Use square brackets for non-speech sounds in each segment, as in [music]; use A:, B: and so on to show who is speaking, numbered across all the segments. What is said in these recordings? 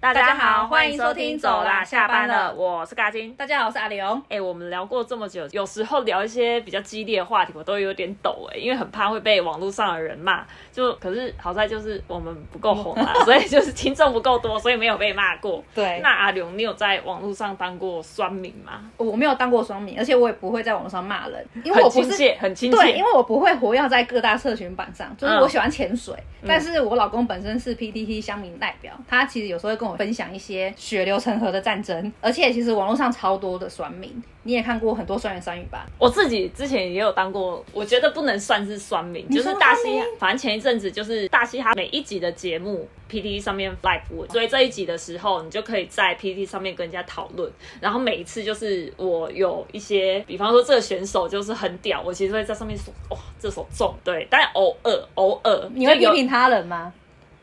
A: 大
B: 家好欢迎收听走啦下班了
A: 我是嘎金。
B: 大家好，我是阿刘。
A: 哎、我们聊过这么久，有时候聊一些比较激烈的话题，我都有点抖哎、因为很怕会被网络上的人骂。就
B: 嗯
A: 可是好在就是我们不够红啊
B: [laughs]
A: 啦，所以就是听众不够多，所以没有被骂过。
B: 对
A: 那阿刘，你有在网络上当过酸民吗？
B: 我没有当过双民，而且我也不会在网络上骂人，因为
A: 很
B: 我不
A: 亲
B: 是
A: 切，很亲切。
B: 对，因为我不会活跃在各大社群版上，就是
A: 嗯
B: 我喜欢潜水，但是我老公本身是 PTT 乡民代表，他其实有时候会跟我分享一些血流成河的战争，而且其实网络上超多的酸民，你也看过很多酸言酸语吧？
A: 我自己之前也有当过，我觉得不能算是酸民，
B: 你
A: 就
B: 说
A: 是大嘻哈，反正前一阵子就是大嘻哈每一集的节目 P T 上面 live 问，所以这一集的时候，你就可以在 P T 上面跟人家讨论。然后每一次就是我有一些，比方说这个选手就是很屌，我其实会在上面说哇、这首中，对，但偶尔偶尔
B: 你会
A: 就
B: 批
A: 有
B: 评他人吗？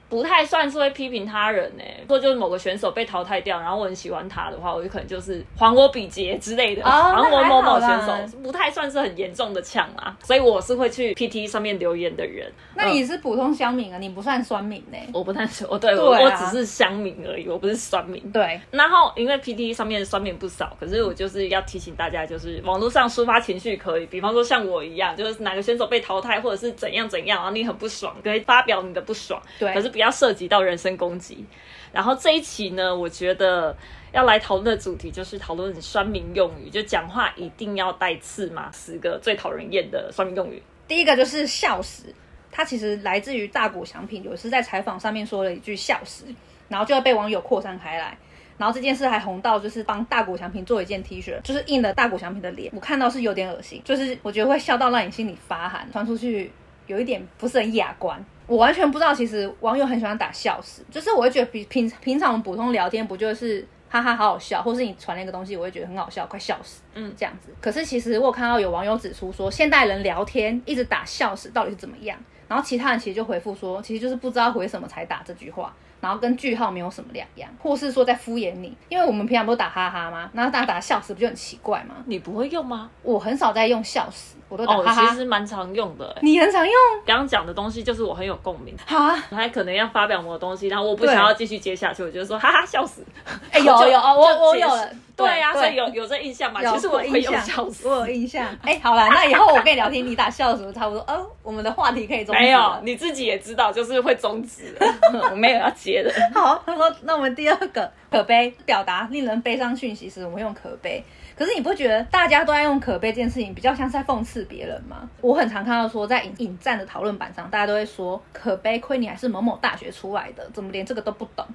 A: 不太算是会批评他人呢、或就是某个选手被淘汰掉，然后我很喜欢他的话，我就可能就是还我比劫之类的，
B: 哦
A: 还我某某
B: 那还好啦
A: 选手，不太算是很严重的呛啊，所以我是会去 PT 上面留言的人。
B: 那
A: 嗯
B: 你是普通乡民啊，你不算酸民呢、
A: 我不太是，哦我对
B: 对
A: 我
B: 啊
A: 我只是乡民而已，我不是酸民。
B: 对，
A: 然后因为 PT 上面的酸民不少，可是我就是要提醒大家，就是网络上抒发情绪可以，比方说像我一样，就是哪个选手被淘汰或者是怎样怎样，然后你很不爽，可以发表你的不爽，
B: 对
A: 可是不要涉及到人身攻击。然后这一期呢，我觉得要来讨论的主题就是讨论酸民用语，就讲话一定要带刺嘛，十个最讨人厌的酸民用语。
B: 第一个就是笑死，它其实来自于大谷翔平有一次在采访上面说了一句笑死，然后就会被网友扩散开来。然后这件事还红到，就是帮大谷翔平做一件 T 恤，就是印了大谷翔平的脸。我看到是有点恶心，就是我觉得会笑到让你心里发寒，传出去有一点不是很雅观。我完全不知道，其实网友很喜欢打笑死，就是我会觉得比平平常我们普通聊天不就是哈哈好好笑，或是你传了一个东西，我会觉得很好笑，快笑死。嗯这样子。可是其实我有看到有网友指出说，现代人聊天一直打笑死到底是怎么样？然后其他人其实就回复说，其实就是不知道回什么才打这句话，然后跟句号没有什么两样，或是说在敷衍你，因为我们平常不是打哈哈吗？那大家打笑死不就很奇怪吗？
A: 你不会用吗？
B: 我很少在用笑死，我都打
A: 哦，
B: 哈哈。
A: 其实蛮常用的、欸。
B: 你很常用啊
A: 刚刚讲的东西就是我很有共鸣。
B: 哈？
A: 他可能要发表某个东西，然后我不
B: 对
A: 想要继续接下去，我就说哈哈笑死。[laughs]
B: 哎、
A: 就
B: 有有哦，
A: 就
B: 我我
A: 解释
B: 有了。
A: 对啊，所以有有这印象嘛？
B: 有
A: 其实我
B: 有
A: 会
B: 印
A: 有
B: 象
A: 笑死。
B: 我有印象。哎、好了，那以后我跟你聊天，你打笑死差不多。哦，我们的话题可以终止
A: 没有
B: 了，
A: 你自己也知道，就是会终止
B: [laughs]
A: 了。我没有要接的。
B: 好，他说那我们第二个可悲表达令人悲伤讯息时，我们会用可悲。可是你不觉得大家都在用可悲这件事情，比较像是在讽刺别人吗？我很常看到说，在影影站的讨论板上，大家都会说可悲，亏你还是某某大学出来的，怎么连这个都不懂？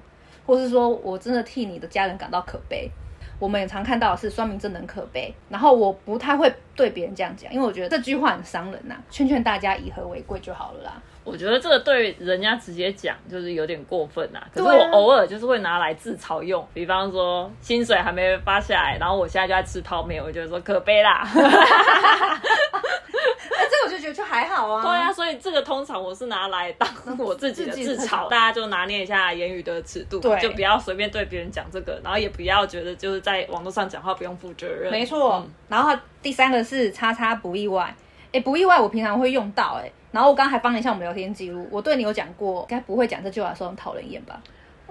B: 或是说我真的替你的家人感到可悲。我们也常看到的是酸民真的很可悲，然后我不太会对别人这样讲，因为我觉得这句话很伤人呐、啊劝劝大家以和为贵就好了啦。
A: 我觉得这个对人家直接讲就是有点过分啊。可是
B: 对
A: 我
B: 啊
A: 偶尔就是会拿来自嘲用，比方说薪水还没发下来，然后我现在就在吃泡面，我就会说可悲 [laughs] 啦。啊
B: 哎、这我就觉得就还好啊。
A: 对啊，所以这个通常我是拿来当我自己的
B: 自己的
A: 自
B: 自
A: 嘲，
B: 嘲
A: 大家就拿捏一下言语的尺度，
B: 对
A: 就不要随便对别人讲这个，然后也不要觉得就是在网络上讲话不用负责任。
B: 没错。
A: 嗯
B: 然后第三个是叉叉不意外，哎、不意外我平常会用到哎、诶然后我刚才翻了一下我们聊天记录，我对你有讲过，应该不会讲这句话的时候很讨人厌吧？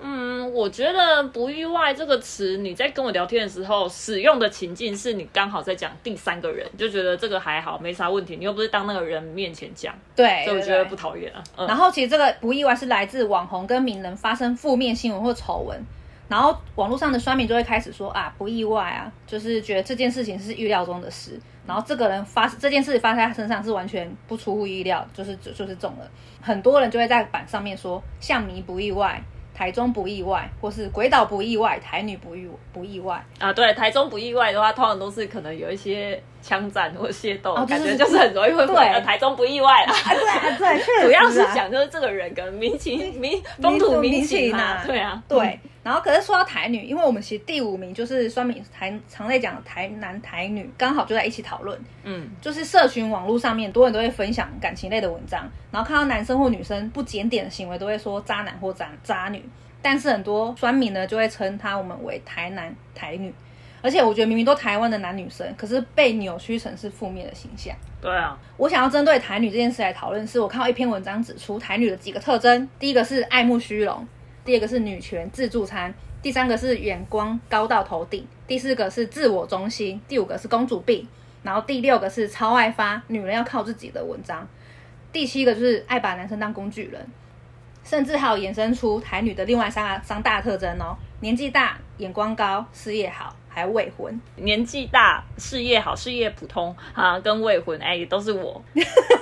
A: 嗯，我觉得“不意外”这个词，你在跟我聊天的时候使用的情境是你刚好在讲第三个人，就觉得这个还好，没啥问题，你又不是当那个人面前讲，
B: 对，
A: 所以我觉
B: 哎对
A: 得
B: 对
A: 不讨厌啊。 [laughs] 嗯，
B: 然后其实这个不意外是来自网红跟名人发生负面新闻或丑闻，然后网络上的酸民就会开始说啊不意外啊，就是觉得这件事情是预料中的事，然后这个人发这件事发生在他身上是完全不出乎意料，就是就就是中了。很多人就会在板上面说像迷不意外。台中不意外，或是鬼岛不意外，台女不意不意外，
A: 啊，对，台中不意外的话，通常都是可能有一些枪战或械斗，
B: 哦就是
A: 感觉就是很容易会
B: 对
A: 混。呃台中不意外
B: [laughs]
A: 啦。
B: 啊对啊对，确实
A: 主要是
B: 啊
A: 讲就是这个人跟民情民风土民情嘛，
B: 民族民情啊
A: 对啊，
B: 对，然后可是说到台女，因为我们其实第五名就是酸敏台常在讲的台男台女，刚好就在一起讨论，
A: 嗯，
B: 就是社群网络上面很多人都会分享感情类的文章，然后看到男生或女生不检点的行为，都会说渣男或渣渣女，但是很多酸民呢就会称他我们为台男台女。而且我觉得明明都台湾的男女生，可是被扭曲成是负面的形象。
A: 对啊，
B: 我想要针对台女这件事来讨论，是我看到一篇文章指出台女的几个特征：第一个是爱慕虚荣，第二个是女权自助餐，第三个是眼光高到头顶，第四个是自我中心，第五个是公主病，然后第六个是超爱发女人要靠自己的文章，第七个就是爱把男生当工具人，甚至还有延伸出台女的另外三大三大特征哦：年纪大、眼光高、事业好，还未婚。
A: 年纪大，事业好，事业普通啊，跟未婚哎、也都是
B: [laughs]
A: 我。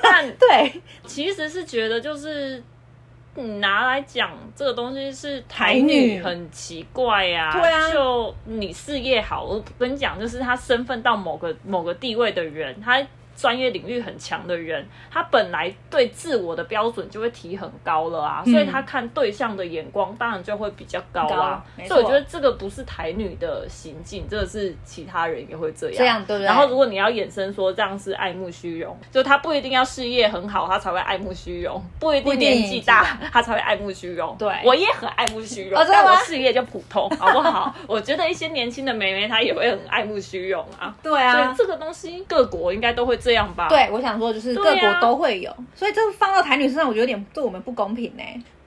A: 但
B: 对，
A: 其实是觉得就是。你拿来讲这个东西是台
B: 台女
A: 女很奇怪呀、
B: 对啊
A: 就你事业好，我跟你讲，就是他身份到某个某个地位的人，他专业领域很强的人，他本来对自我的标准就会提很高了啊，
B: 嗯
A: 所以他看对象的眼光当然就会比较高啦、
B: 高没错
A: 所以我觉得这个不是台女的行径，这个是其他人也会这样。
B: 这样对不对
A: 然后如果你要衍生说这样是爱慕虚荣，就他不一定要事业很好，他才会爱慕虚荣，不一
B: 不一
A: 定
B: 定
A: 年纪大他才会爱慕虚荣。
B: 对
A: 我也很爱慕虚荣，
B: 哦真的
A: 但我
B: 吗
A: 事业就普通，好不好？我觉得一些年轻的妹妹她也会很爱慕虚荣啊。
B: 对
A: 所以这个东西各国应该都会这样吧？，
B: 对，我想说就是各
A: 对
B: 国
A: 啊
B: 都会有，所以这放到台女身上，我觉得有点对我们不公平呢、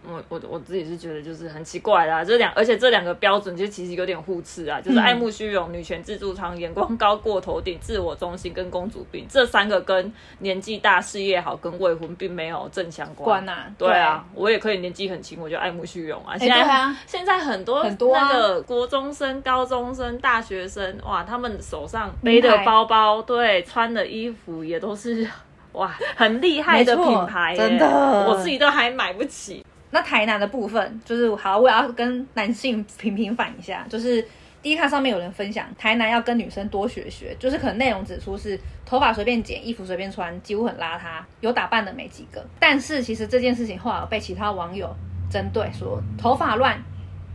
A: 我我我自己是觉得就是很奇怪啦，这两而且这两个标准就其实有点互斥啊，就是
B: 嗯
A: 爱慕虚荣、女权自助餐、眼光高过头顶、自我中心跟公主病这三个跟年纪大、事业好跟未婚并没有正相关
B: 关。啊，
A: 对啊，，我也可以年纪很轻，我就爱慕虚荣啊。现
B: 对
A: 在、
B: 啊
A: 现在很多
B: 很多啊
A: 那个国中生、高中生、大学生，哇，他们手上背的
B: 名牌
A: 包包，对，穿的衣服也都是哇，很厉害的
B: 没错
A: 品牌耶，
B: 真的
A: 我自己都还买不起。
B: 那台南的部分就是好，我也要跟男性平平反一下，就是。第一看上面有人分享，台南要跟女生多学学，就是可能内容指出是头发随便剪，衣服随便穿，几乎很邋遢，有打扮的没几个。但是其实这件事情后来有被其他网友针对说，头发乱、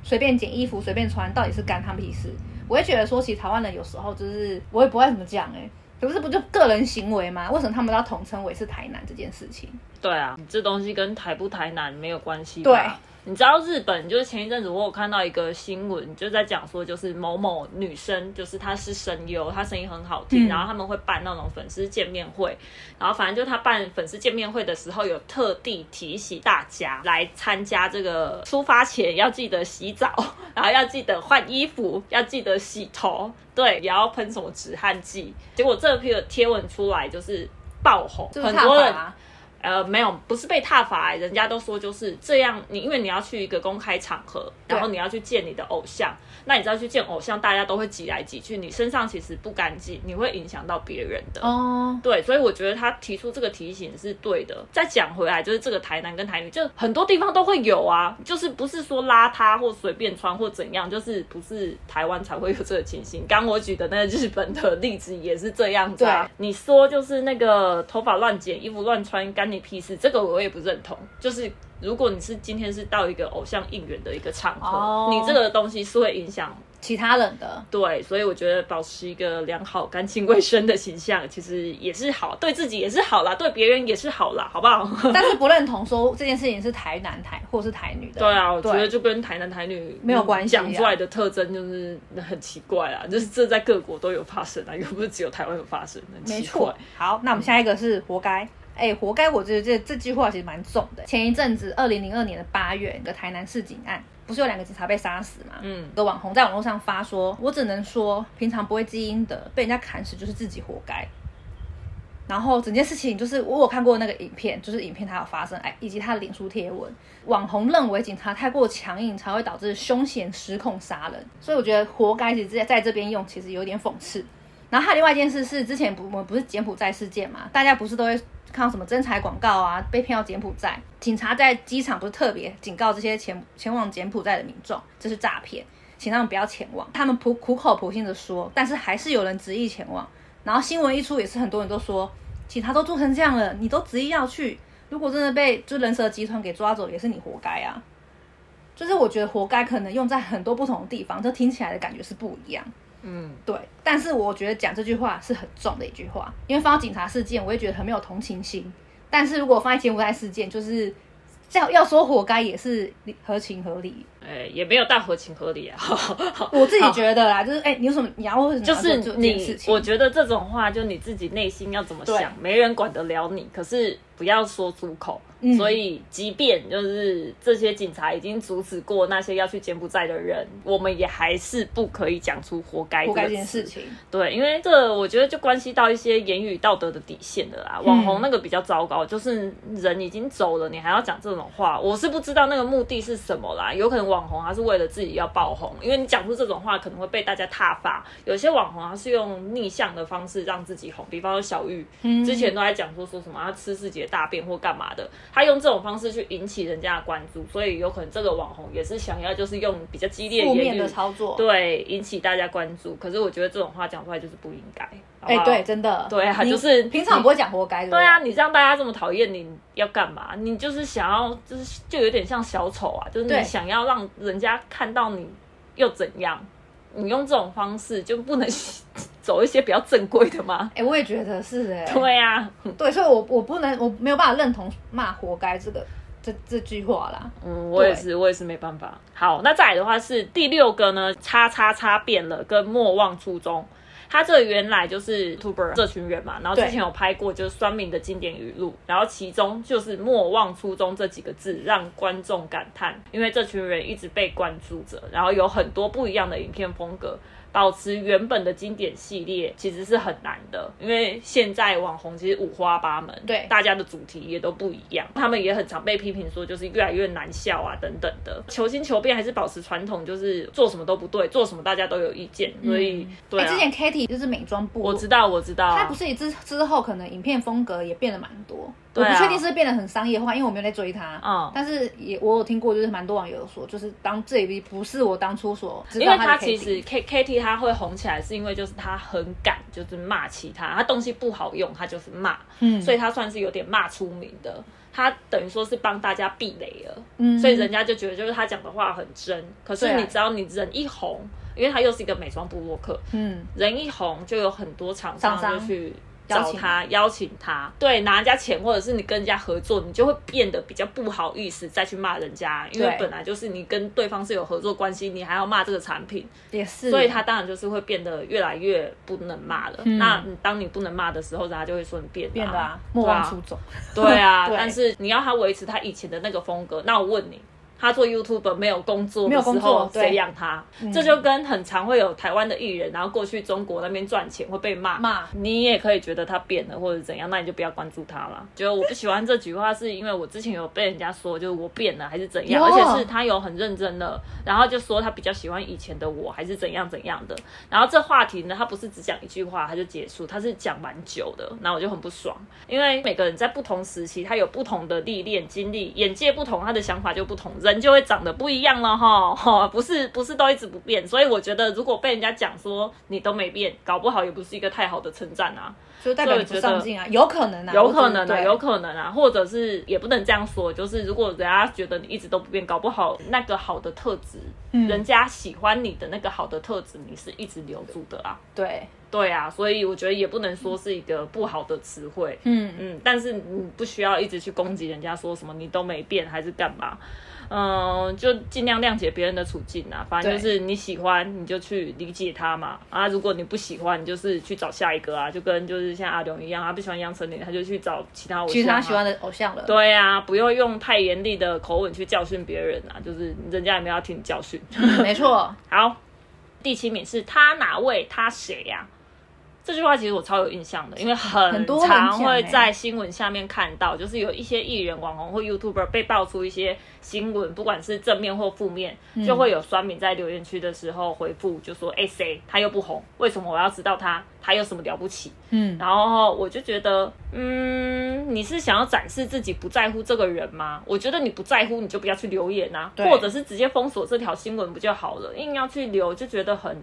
B: 随便剪衣服、随便穿，到底是干他们屁事？我会觉得说，其实台湾人有时候就是我也不会怎么讲哎、欸，可是不就个人行为吗？为什么他们都要统称为是台南这件事情？
A: 对啊，你这东西跟台不台南没有关系吧。
B: 对
A: 你知道日本就是前一阵子我有看到一个新闻，就在讲说，就是某某女生，就是她是声优，她声音很好听，
B: 嗯
A: 然后他们会办那种粉丝见面会，然后反正就她办粉丝见面会的时候，有特地提醒大家来参加这个，出发前要记得洗澡， [laughs] 然后要记得换衣服，要记得洗头，对，也要喷什么止汗剂。结果这篇贴文出来就是爆红，
B: 这是
A: 很
B: 看
A: 多
B: 法
A: 人
B: 啊
A: 呃，没有，不是被踏伐、人家都说就是这样。你因为你要去一个公开场合，
B: 对
A: 然后你要去见你的偶像，那你知道去见偶像，大家都会挤来挤去，你身上其实不干净，你会影响到别人的。
B: 哦，
A: 对，所以我觉得他提出这个提醒是对的。再讲回来，就是这个台南跟台女，就很多地方都会有啊，就是不是说邋遢或随便穿或怎样，就是不是台湾才会有这个情形。刚我举的那个日本的例子也是这样子啊
B: 对。
A: 你说就是那个头发乱剪、衣服乱穿，干你屁事？这个我也不认同。就是如果你是今天是到一个偶像应援的一个场合，
B: 哦
A: 你这个东西是会影响
B: 其他人的
A: 对，所以我觉得保持一个良好、干净、卫生的形象，其实也是好，对自己也是好啦，对别人也是好啦，好不好？ [laughs]
B: 但是不认同说这件事情是台男台或是台女的。
A: 对啊，我觉
B: 对
A: 得就跟台男台女
B: 没有关系啊
A: 讲出来的特征就是很奇怪啦，就是这在各国都有发生啊，又不是只有台湾有发生，很
B: 没
A: 奇
B: 错
A: 怪。。
B: 好，那我们下一个是活该。哎、活该！我觉得这这句话其实蛮重的。前一阵子，二零零二年的八月，一个台南市警案，不是有两个警察被杀死吗？
A: 嗯
B: 有，个网红在网络上发说：“我只能说，平常不会基因的，被人家砍死就是自己活该。”然后整件事情就是我有看过那个影片，就是影片它有发生，哎，以及他的脸书贴文，网红认为警察太过强硬才会导致凶嫌失控杀人，所以我觉得“活该”其实在在这边用其实有点讽刺。然后还有另外一件事是，之前不我们不是柬埔寨事件嘛，大家不是都会看到什么真彩广告啊，被骗到柬埔寨，警察在机场不是特别警告这些前前往柬埔寨的民众，这是诈骗，请他们不要前往。他们苦苦口婆心的说，但是还是有人执意前往。然后新闻一出，也是很多人都说，警察都做成这样了，你都执意要去，如果真的被就人蛇集团给抓走，也是你活该啊。就是我觉得活该可能用在很多不同的地方，这听起来的感觉是不一样。
A: 嗯，
B: 对，但是我觉得讲这句话是很重的一句话，因为放到警察事件，我也觉得很没有同情心。但是如果放在柬埔寨事件，就是要要说活该也是合情合理。
A: 哎、哎、也没有到合情合理啊。
B: 我自己觉得啦，就是哎、你有什么你要为什么
A: 就
B: 要做
A: 是
B: 这件事
A: 你，
B: 情？
A: 我觉得这种话就你自己内心要怎么
B: 对
A: 想，没人管得了你。可是不要说出口。
B: 嗯
A: 所以，即便就是这些警察已经阻止过那些要去柬埔寨的人，我们也还是不可以讲出“活该”
B: 活该这
A: 个
B: 件
A: 词
B: 事。情，
A: 对，因为这我觉得就关系到一些言语道德的底线的啦。网
B: 嗯
A: 红那个比较糟糕，就是人已经走了，你还要讲这种话，我是不知道那个目的是什么啦。有可能网红他是为了自己要爆红，因为你讲出这种话可能会被大家挞伐。有些网红他是用逆向的方式让自己红，比方说小玉，
B: 嗯
A: 之前都在讲说说什么他吃自己的大便或干嘛的，他用这种方式去引起人家的关注，所以有可能这个网红也是想要就是用比较激烈
B: 负
A: 的
B: 面
A: 言语
B: 的操作，
A: 对，引起大家关注。可是我觉得这种话讲出来就是不应该。好
B: 哎、
A: 不好
B: 对，真的，
A: 对啊
B: 你
A: 就是
B: 平常不会讲活该的，
A: 对啊，你让大家这么讨厌，你要干嘛？你就是想要，就是就有点像小丑啊，就是
B: 对
A: 你想要让人家看到你又怎样？你用这种方式就不能 [laughs] 走一些比较正规的吗？ [laughs]
B: 哎、我也觉得是哎、
A: 对啊，
B: 对，所以我我不能，我没有办法认同骂“活该”这个这这句话啦。
A: 嗯，我也是，我也是没办法。好，那再来的话是第六个呢，叉叉叉变了，跟莫忘初衷。他这原来就是 Tuber 这群人嘛，然后之
B: 对
A: 前有拍过就是酸民的经典语录，然后其中就是“莫忘初衷”这几个字让观众感叹，因为这群人一直被关注着，然后有很多不一样的影片风格，保持原本的经典系列其实是很难的，因为现在网红其实五花八门，
B: 对
A: 大家的主题也都不一样，他们也很常被批评说就是越来越难笑啊等等的，求新求变还是保持传统，就是做什么都不对，做什么大家都有意见，所以、对、
B: 哎
A: 啊。
B: 之前 Katy 就是美妆部，
A: 我知道，我知道啊，
B: 她不是之之后可能影片风格也变得蛮多，
A: 对啊
B: 我不确定是不是变得很商业化，因为我没有在追她。
A: 嗯
B: 但是也我有听过，就是蛮多网友有说，就是当这一批不是我当初所知
A: 因为
B: 道
A: 他
B: 她的 Katy，
A: 其实 K K T 他会红起来，是因为就是他很敢，就是骂其他，他东西不好用，他就是骂，
B: 嗯
A: 所以他算是有点骂出名的。他等于说是帮大家避雷了，
B: 嗯
A: 所以人家就觉得就是他讲的话很真。可
B: 对
A: 是
B: 啊
A: 你只要你人一红，因为他又是一个美妆部落客，
B: 嗯，
A: 人一红就有很多厂
B: 厂商
A: 商就去找
B: 邀请
A: 他邀请他，对，拿人家钱或者是你跟人家合作，你就会变得比较不好意思再去骂人家，因为
B: 对
A: 本来就是你跟对方是有合作关系，你还要骂这个产品，
B: 也是，
A: 所以他当然就是会变得越来越不能骂了。
B: 嗯
A: 那你当你不能骂的时候，大家就会说你变
B: 变得啊
A: 啊，，
B: 莫忘
A: 对啊
B: 初衷。 [laughs]
A: 对啊，
B: 对
A: 但是你要他维持他以前的那个风格，那我问你。他做 YouTube 没有工作的
B: 没有
A: 时
B: 工
A: 候
B: 作，对嗯
A: 谁养他？这就跟很常会有台湾的艺人，然后过去中国那边赚钱会被骂。
B: 骂
A: 你也可以觉得他变了或者怎样，那你就不要关注他了。觉得我不喜欢这句话，是因为我之前有被人家说，就是我变了还是怎样，
B: 有
A: 而且是他有很认真的，然后就说他比较喜欢以前的我，还是怎样怎样的。然后这话题呢，他不是只讲一句话他就结束，他是讲蛮久的，然后我就很不爽，因为每个人在不同时期，他有不同的历练、经历、眼界不同，他的想法就不同，人就会长得不一样了哈。哈， [laughs] 不是不是都一直不变，所以我觉得如果被人家讲说你都没变，搞不好也不是一个太好的称赞啊。
B: 就代表你不上进啊，有可能啊，
A: 有可能啊，
B: 对
A: 有可能啊，或者是也不能这样说，就是如果人家觉得你一直都不变，搞不好那个好的特质，
B: 嗯
A: 人家喜欢你的那个好的特质，你是一直留住的啊。
B: 对，
A: 对啊，所以我觉得也不能说是一个不好的词汇。
B: 嗯，
A: 嗯，但是你不需要一直去攻击人家，说什么你都没变还是干嘛？嗯，就尽量谅解别人的处境啊。反正就是你喜欢你就去理解他嘛。啊，如果你不喜欢，你就是去找下一个啊。就跟就是像阿龙一样，他不喜欢杨丞琳，他就去找其他偶像、啊。
B: 其实他喜欢的偶像了，
A: 对啊，不要用太严厉的口吻去教训别人啊，就是人家也没有要听你教训。
B: 嗯没错，
A: 好，第七名是他哪位他谁呀、这句话其实我超有印象的，因为
B: 很
A: 很
B: 多人
A: 常
B: 讲欸
A: 会在新闻下面看到，就是有一些艺人、网红或 YouTuber 被爆出一些新闻，不管是正面或负面，
B: 嗯
A: 就会有酸民在留言区的时候回复，就说：“哎、谁他又不红，为什么我要知道他？他有什么了不起？”
B: 嗯，
A: 然后我就觉得，嗯，你是想要展示自己不在乎这个人吗？我觉得你不在乎，你就不要去留言啊，
B: 对
A: 或者是直接封锁这条新闻不就好了？硬要去留，就觉得很，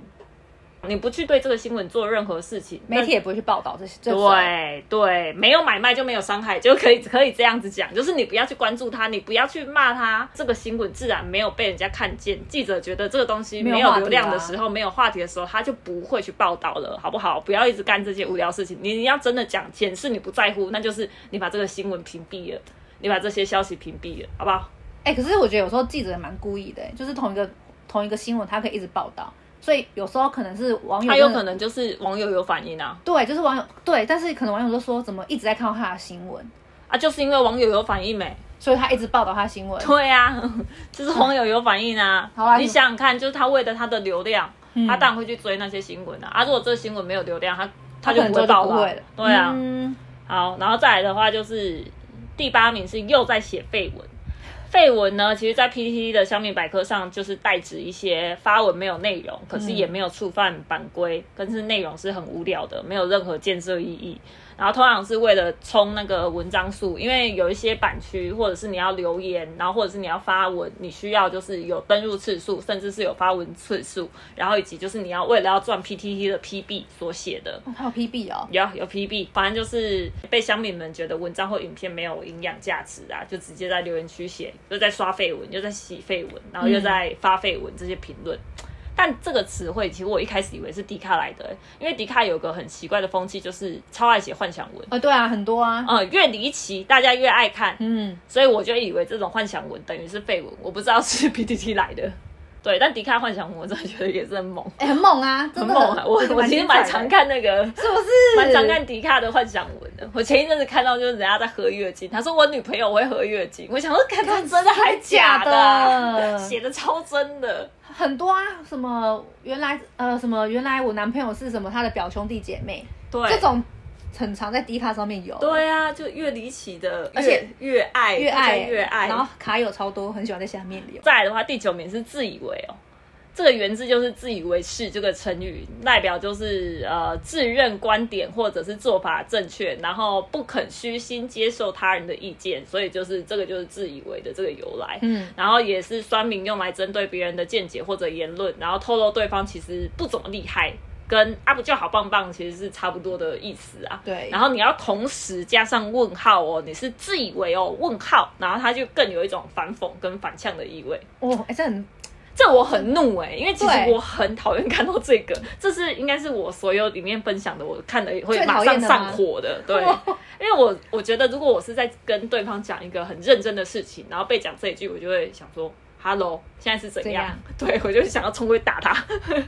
A: 你不去对这个新闻做任何事情，那
B: 媒体也不会去报道这些，这种
A: 对对，没有买卖就没有伤害，就可以可以这样子讲，就是你不要去关注他，你不要去骂他，这个新闻自然没有被人家看见。记者觉得这个东西
B: 没有
A: 没有
B: 话题
A: 流量的
B: 啊
A: 时候，没有话题的时候，他就不会去报道了，好不好？不要一直干这些无聊事情。你你要真的讲显示你不在乎，那就是你把这个新闻屏蔽了，你把这些消息屏蔽了，好不好？
B: 哎、可是我觉得有时候记者也蛮故意的、就是同一个同一个新闻，他可以一直报道，所以有时候可能是网友
A: 他
B: 真的
A: 有可能就是网友有反应啊
B: 对，就是网友对，但是可能网友就说怎么一直在看到他的新闻，
A: 啊，就是因为网友有反应没？
B: 所以他一直报道他的新闻。
A: 对啊， [laughs] 就是网友有反应啊。
B: [laughs] 好啊
A: 你想想看，就是他为了他的流量，
B: 嗯
A: 他当然会去追那些新闻啊。啊，如果这个新闻没有流量，他
B: 他
A: 他就
B: 可能
A: 不会
B: 就
A: 报
B: 不
A: 啦
B: 会了
A: 对啊，
B: 嗯
A: 好，然后再来的话就是第八名是又在写废文。废文呢，其实，在 PPT 的香米百科上，就是代指一些发文没有内容，可是也没有触犯版规，但是内容是很无聊的，没有任何建设意义。然后通常是为了冲那个文章数，因为有一些版区，或者是你要留言，然后或者是你要发文，你需要就是有登入次数，甚至是有发文次数，然后以及就是你要为了要赚 PPT 的 PB 所写的，
B: 哦他有 PB 哦，
A: 有有 PB，反正就是被乡民们觉得文章或影片没有营养价值啊，就直接在留言区写，又在刷废文，又在洗废文，然后又在发废文这些评论。但这个词汇，其实我一开始以为是迪卡来的、因为迪卡有个很奇怪的风气，就是超爱写幻想文。
B: 呃，对啊，很多啊，
A: 呃，越离奇大家越爱看，
B: 嗯，
A: 所以我就以为这种幻想文等于是废文，我不知道是 PTT 来的。对，但迪卡幻想文我真的觉得也是很猛，
B: 哎、很猛啊，真
A: 很
B: 的
A: 猛啊！我我其实蛮常
B: 常，
A: 看那个
B: 是不是？
A: [laughs] 蛮常看迪卡的幻想文的。我前一阵子看到就是人家在喝月经，他说我女朋友会喝月经，我想说，看他真的还假的
B: 真的假
A: 啊，
B: 的
A: 写的超真的。
B: [laughs] 很多啊，什么原来呃什么原来我男朋友是什么他的表兄弟姐妹，
A: 对，
B: 这种很常在 D 卡上面有，
A: 对啊，就越离奇的，
B: 而且
A: 越越爱
B: 越
A: 大家
B: 爱
A: 越爱。
B: 然后卡友超多，很喜欢在下面留。
A: 再来的话，第九名是自以为哦。这个源自就是“自以为是”这个成语，代表就是呃自认观点或者是做法正确，然后不肯虚心接受他人的意见，所以就是这个就是自以为的这个由来。
B: 嗯，
A: 然后也是酸民用来针对别人的见解或者言论，然后透露对方其实不怎么厉害，跟啊不就好棒棒其实是差不多的意思啊。
B: 对，
A: 然
B: 后
A: 后你要同时加上问号哦，你是自以为哦问号，然后它就更有一种反讽跟反呛的意味。
B: 哦，哎、这很
A: 这我很怒哎、因为其实
B: 对
A: 我很讨厌看到这个， [laughs] 这是应该是我所有里面分享的，我看的会
B: 最
A: 马
B: 讨
A: 上
B: 厌的吗
A: 上火的，对，
B: [laughs]
A: 因为我我觉得如果我是在跟对方讲一个很认真的事情，然后被讲这一句，我就会想说。Hello，现在是怎样？ [laughs] 对我就想要冲过去打他， [laughs]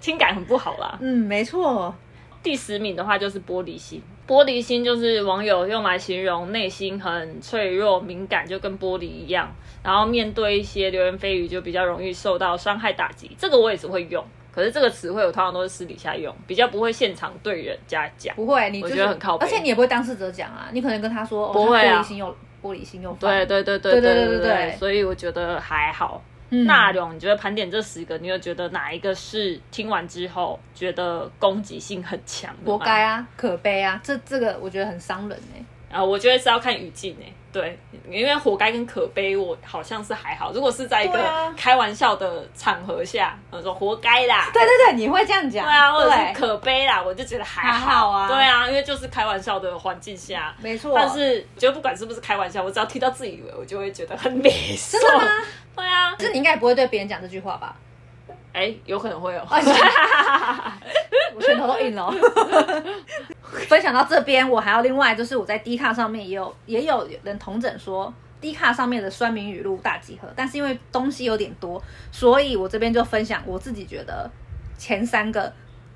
A: 听感很不好啦。
B: 嗯，没错，
A: 第十名的话就是玻璃心，玻璃心就是网友用来形容内心很脆弱、敏感，就跟玻璃一样。然后面对一些流言蜚语，就比较容易受到伤害打击。这个我也是会用，可是这个词汇我通常都是私底下用，比较不会现场对人家讲。
B: 不会，你、就是、
A: 我觉得很靠北
B: 而且你也不会当事者讲啊，你可能跟他说，哦、
A: 不会啊
B: 他玻璃心又玻璃心又犯
A: 对，对对对对
B: 对对
A: 对
B: 对对对
A: 所以我觉得还好。
B: 嗯
A: 那种你觉得盘点这十个，你有觉得哪一个是听完之后觉得攻击性很强的吗？
B: 活该啊，可悲啊，这这个我觉得很伤人哎、
A: 啊，我觉得是要看语境诶、对，因为活该跟可悲，我好像是还好。如果是在一
B: 对
A: 个
B: 啊
A: 开玩笑的场合下，我说活该啦，
B: 对对对，你会这样讲，
A: 对啊，或者是
B: 对
A: 可悲啦，我就觉得还好
B: 还好啊
A: 对啊，因为就是开玩笑的环境下。
B: 没错，
A: 但是，觉得不管是不是开玩笑，我只要听到自以为，我就会觉得很美受。
B: [laughs] 真的吗？
A: 对啊，
B: 这你应该也不会对别人讲这句话吧？
A: 哎、有可能会哦。
B: [laughs] 我拳头都硬了。分享到这边，我还要另外就是我在 D 卡上面也有也有人同整说。D 卡上面的酸民语录大集合，但是因为东西有点多，所以我这边就分享我自己觉得前三个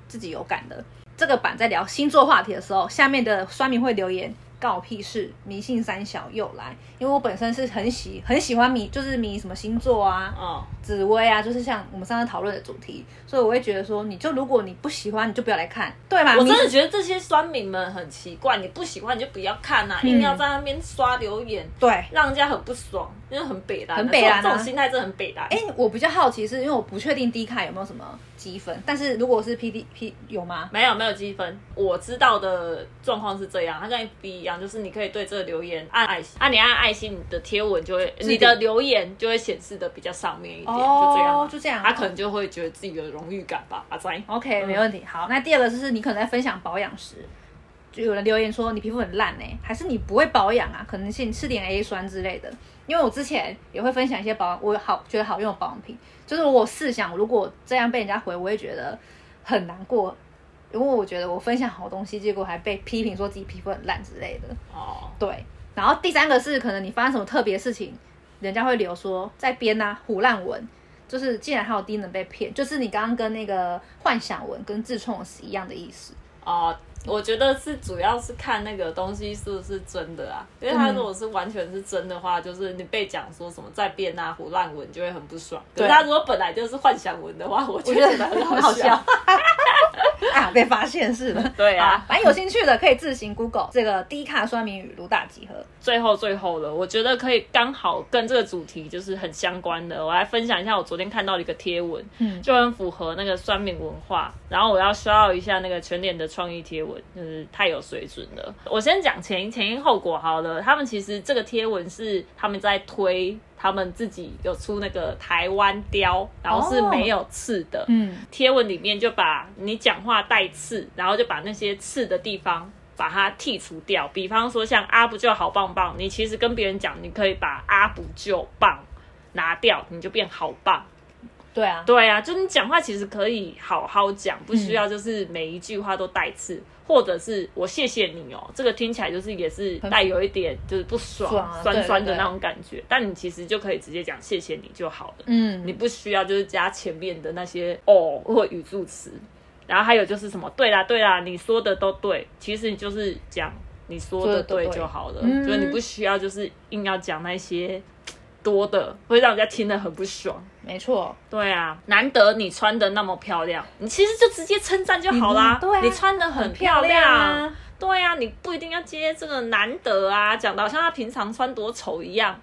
B: 自己有感的。这个版在聊星座话题的时候，下面的酸民会留言告我屁事，迷信三小又来。因为我本身是很喜很喜欢迷，就是迷什么星座
A: [laughs]
B: 啊，
A: 哦，
B: 紫薇啊，就是像我们上次讨论的主题，所以我会觉得说，你就如果你不喜欢，你就不要来看，对吧？
A: 我真
B: 啊你
A: 的觉得这些酸民们很奇怪，你不喜欢你就不要看
B: 嗯
A: 啊，硬要在那边刷留言，
B: 对。哎、
A: 让人家很不爽，因为很北蓝啊，
B: 很北蓝
A: 这
B: 啊
A: 种这种心态真的很北蓝。哎、
B: 我比较好奇是因为我不确定 D 卡有没有什么积分，但是如果是 P D P 有吗？
A: 没有没有积分，我知道的状况是这样，它跟 FB 一样，就是你可以对这个留言按爱心，啊，你按爱心，你的贴文就会，
B: 是的
A: 你的留言就会显示的比较上面一点，
B: 哦
A: 就这样啊，
B: 就这样啊
A: 他可能就会觉得自己有荣誉感吧，阿仔。
B: OK，、
A: 嗯
B: 没问题。好，那第二个就是你可能在分享保养时，就有人留言说你皮肤很烂呢、欸还是你不会保养啊？可能是你吃点 A 酸之类的。因为我之前也会分享一些保养，我好觉得好用的保养品，就是我试想，如果这样被人家回，我会觉得很难过。因为我觉得我分享好东西，结果还被批评说自己皮肤很烂之类的。
A: 哦，
B: 对，然后第三个是可能你发生什么特别事情，人家会留说在编呐、啊，胡乱文。就是既然还有低能被骗，就是你刚刚跟那个幻想文跟自创文是一样的
A: [laughs]
B: 意思。
A: 哦、我觉得是主要是看那个东西是不是真的啊，因为他如果是完全是真的话，就是你被讲说什么在变啊、胡乱文就会很不爽。可
B: 对
A: 是他如果本来就是幻想文的话，我
B: 我
A: 觉
B: 觉
A: 得
B: 得
A: 很
B: 很
A: 好
B: 好笑。 [laughs] 啊，被发现是的。
A: [laughs] 对啊
B: 反正有兴趣的可以自行 Google 这个低卡酸民语如大集合。
A: 最后最后了，我觉得可以刚好跟这个主题就是很相关的，我来分享一下我昨天看到的一个贴文，
B: 嗯
A: 就很符合那个酸民文化。然后我要需要一下那个全脸的创意贴文，就是太有水准了。我先讲前因前因后果好了，他们其实这个贴文是他们在推。他们自己有出那个台湾雕，然后是没有刺的，
B: 嗯，
A: 贴文里面就把你讲话带刺，然后就把那些刺的地方把它剔除掉。比方说像阿不就好棒棒，你其实跟别人讲，你可以把阿不就棒拿掉，你就变好棒。
B: 对啊，
A: 对啊，就你讲话其实可以好好讲，不需要就是每一句话都带刺。或者是我谢谢你哦，这个听起来就是也是带有一点就是不爽、
B: 爽啊
A: 酸酸
B: 对
A: 的
B: 对对
A: 那种感觉，但你其实就可以直接讲谢谢你就好了。
B: 嗯
A: 你不需要就是加前面的那些哦或语助词，然后还有就是什么对啦对啦，你说的都对，其实你就是讲你说的对就好了，
B: 说的都对
A: 就是你不需要就是硬要讲那些多的，会让人家听得很不爽。
B: 没错，
A: 对啊，难得你穿的那么漂亮，你其实就直接称赞就好啦。
B: 嗯对啊
A: 你穿的很漂
B: 漂亮啊
A: 对啊，你不一定要接这个难得啊，讲的好像他平常穿多丑一样，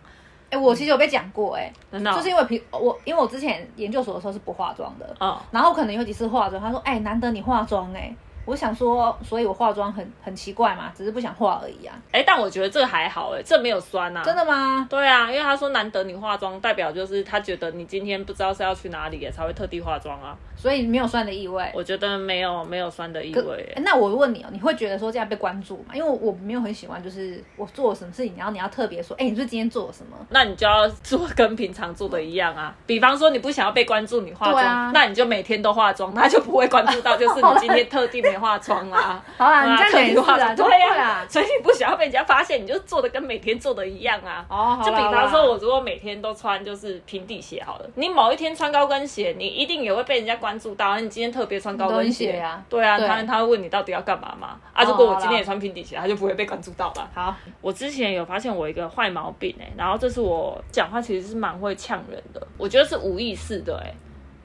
B: 哎、我其实有被讲过、哎、
A: 真的哦、
B: 就是因为平我因为我之前研究所的时候是不化妆的，
A: 哦，
B: 然后可能有几次化妆，他说，哎、难得你化妆、哎，我想说，所以我化妆很很奇怪嘛，只是不想化而已啊，
A: 哎、但我觉得这个还好、哎，这没有酸啊，
B: 真的吗？
A: 对啊，因为他说难得你化妆，代表就是他觉得你今天不知道是要去哪里耶，才会特地化妆啊。
B: 所以没有酸的意味。
A: 我觉得没有没有酸的意
B: 可
A: 味耶
B: 欸那我问你哦，你会觉得说这样被关注吗？因为我没有很喜欢，就是我做了什么事情，然后你要特别说，哎、你是今天做了什么？
A: 那你就要做跟平常做的一样啊。比方说你不想要被关注，你化妆，
B: 对啊
A: 那你就每天都化妆，他就不会关注到，就是你今天特地没化妆啦、
B: [laughs] 好啦，你这样
A: 特
B: 讲
A: 地
B: 也是
A: 化
B: 啊，
A: 妆，
B: 就不
A: 对
B: 会
A: 啊
B: 啦。。
A: 所以你不想要被人家发现，你就做的跟每天做的一样啊。
B: 哦，好啦
A: 就比方
B: 好
A: 说，
B: 啦
A: 我如果每天都穿就是平底鞋好了，你某一天穿高跟鞋，你一定也会被人家关注到。那你今天特别穿高跟
B: 高跟鞋啊
A: 对啊，
B: 对
A: 他他会问你到底要干嘛嘛？啊，
B: 哦
A: 如果我
B: 好啦
A: 今天也穿平底鞋，他就不会被关注到了。
B: 好，
A: 我之前有发现我一个坏毛病哎、然后这是我讲话其实是蛮会呛人的，我觉得是无意识的哎、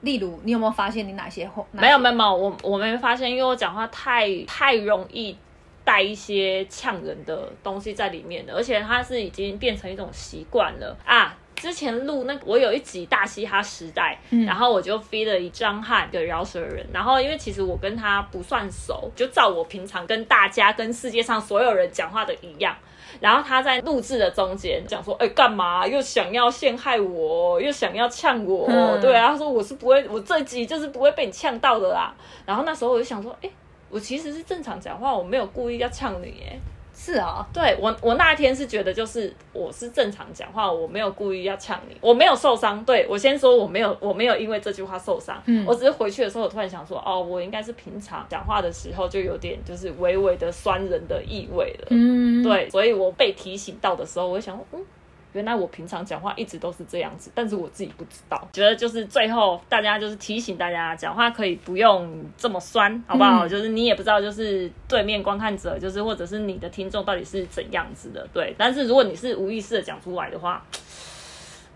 B: 例如你有没有发现你哪些后？哪
A: 没有
B: 些
A: 没有没有，我我没发现，因为我讲话太太容易带一些呛人的东西在里面了，而且它是已经变成一种习惯了啊。之前录那个我有一集大嘻哈时代，然后我就飞了一张翰的饶舌人，然后因为其实我跟他不算熟，就照我平常跟大家跟世界上所有人讲话的一样。然后他在录制的中间讲说：“哎、干嘛又想要陷害我，又想要呛我？
B: 嗯
A: 对啊，他说我是不会，我这集就是不会被你呛到的啦。”然后那时候我就想说：“哎、我其实是正常讲话，我没有故意要呛你。”哎，
B: 是哦，
A: 对我，我那天是觉得就是我是正常讲话，我没有故意要呛你，我没有受伤。对我先说我没有，我没有因为这句话受伤。
B: 嗯
A: 我只是回去的时候，我突然想说，哦，我应该是平常讲话的时候就有点就是微微的酸人的意味了。
B: 嗯，
A: 对，所以我被提醒到的时候，我就想说，嗯，原来我平常讲话一直都是这样子，但是我自己不知道。觉得就是最后大家就是提醒大家，讲话可以不用这么酸，好不好？
B: 嗯
A: 就是你也不知道，就是对面观看者，就是或者是你的听众到底是怎样子的，对。但是如果你是无意识的讲出来的话， [sniffs]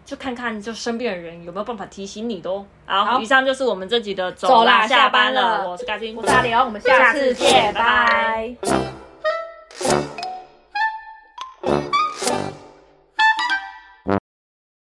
A: 就看看就身边的人有没有办法提醒你喽。好，
B: 好
A: 以上就是我们这集的
B: 走啦
A: 啦，
B: 下
A: 下班
B: 班了
A: 我是嘎金，
B: 我是阿。聊，我们下
A: 下
B: 次
A: 次
B: 见，
A: 见
B: 拜
A: 拜
B: 拜
A: 拜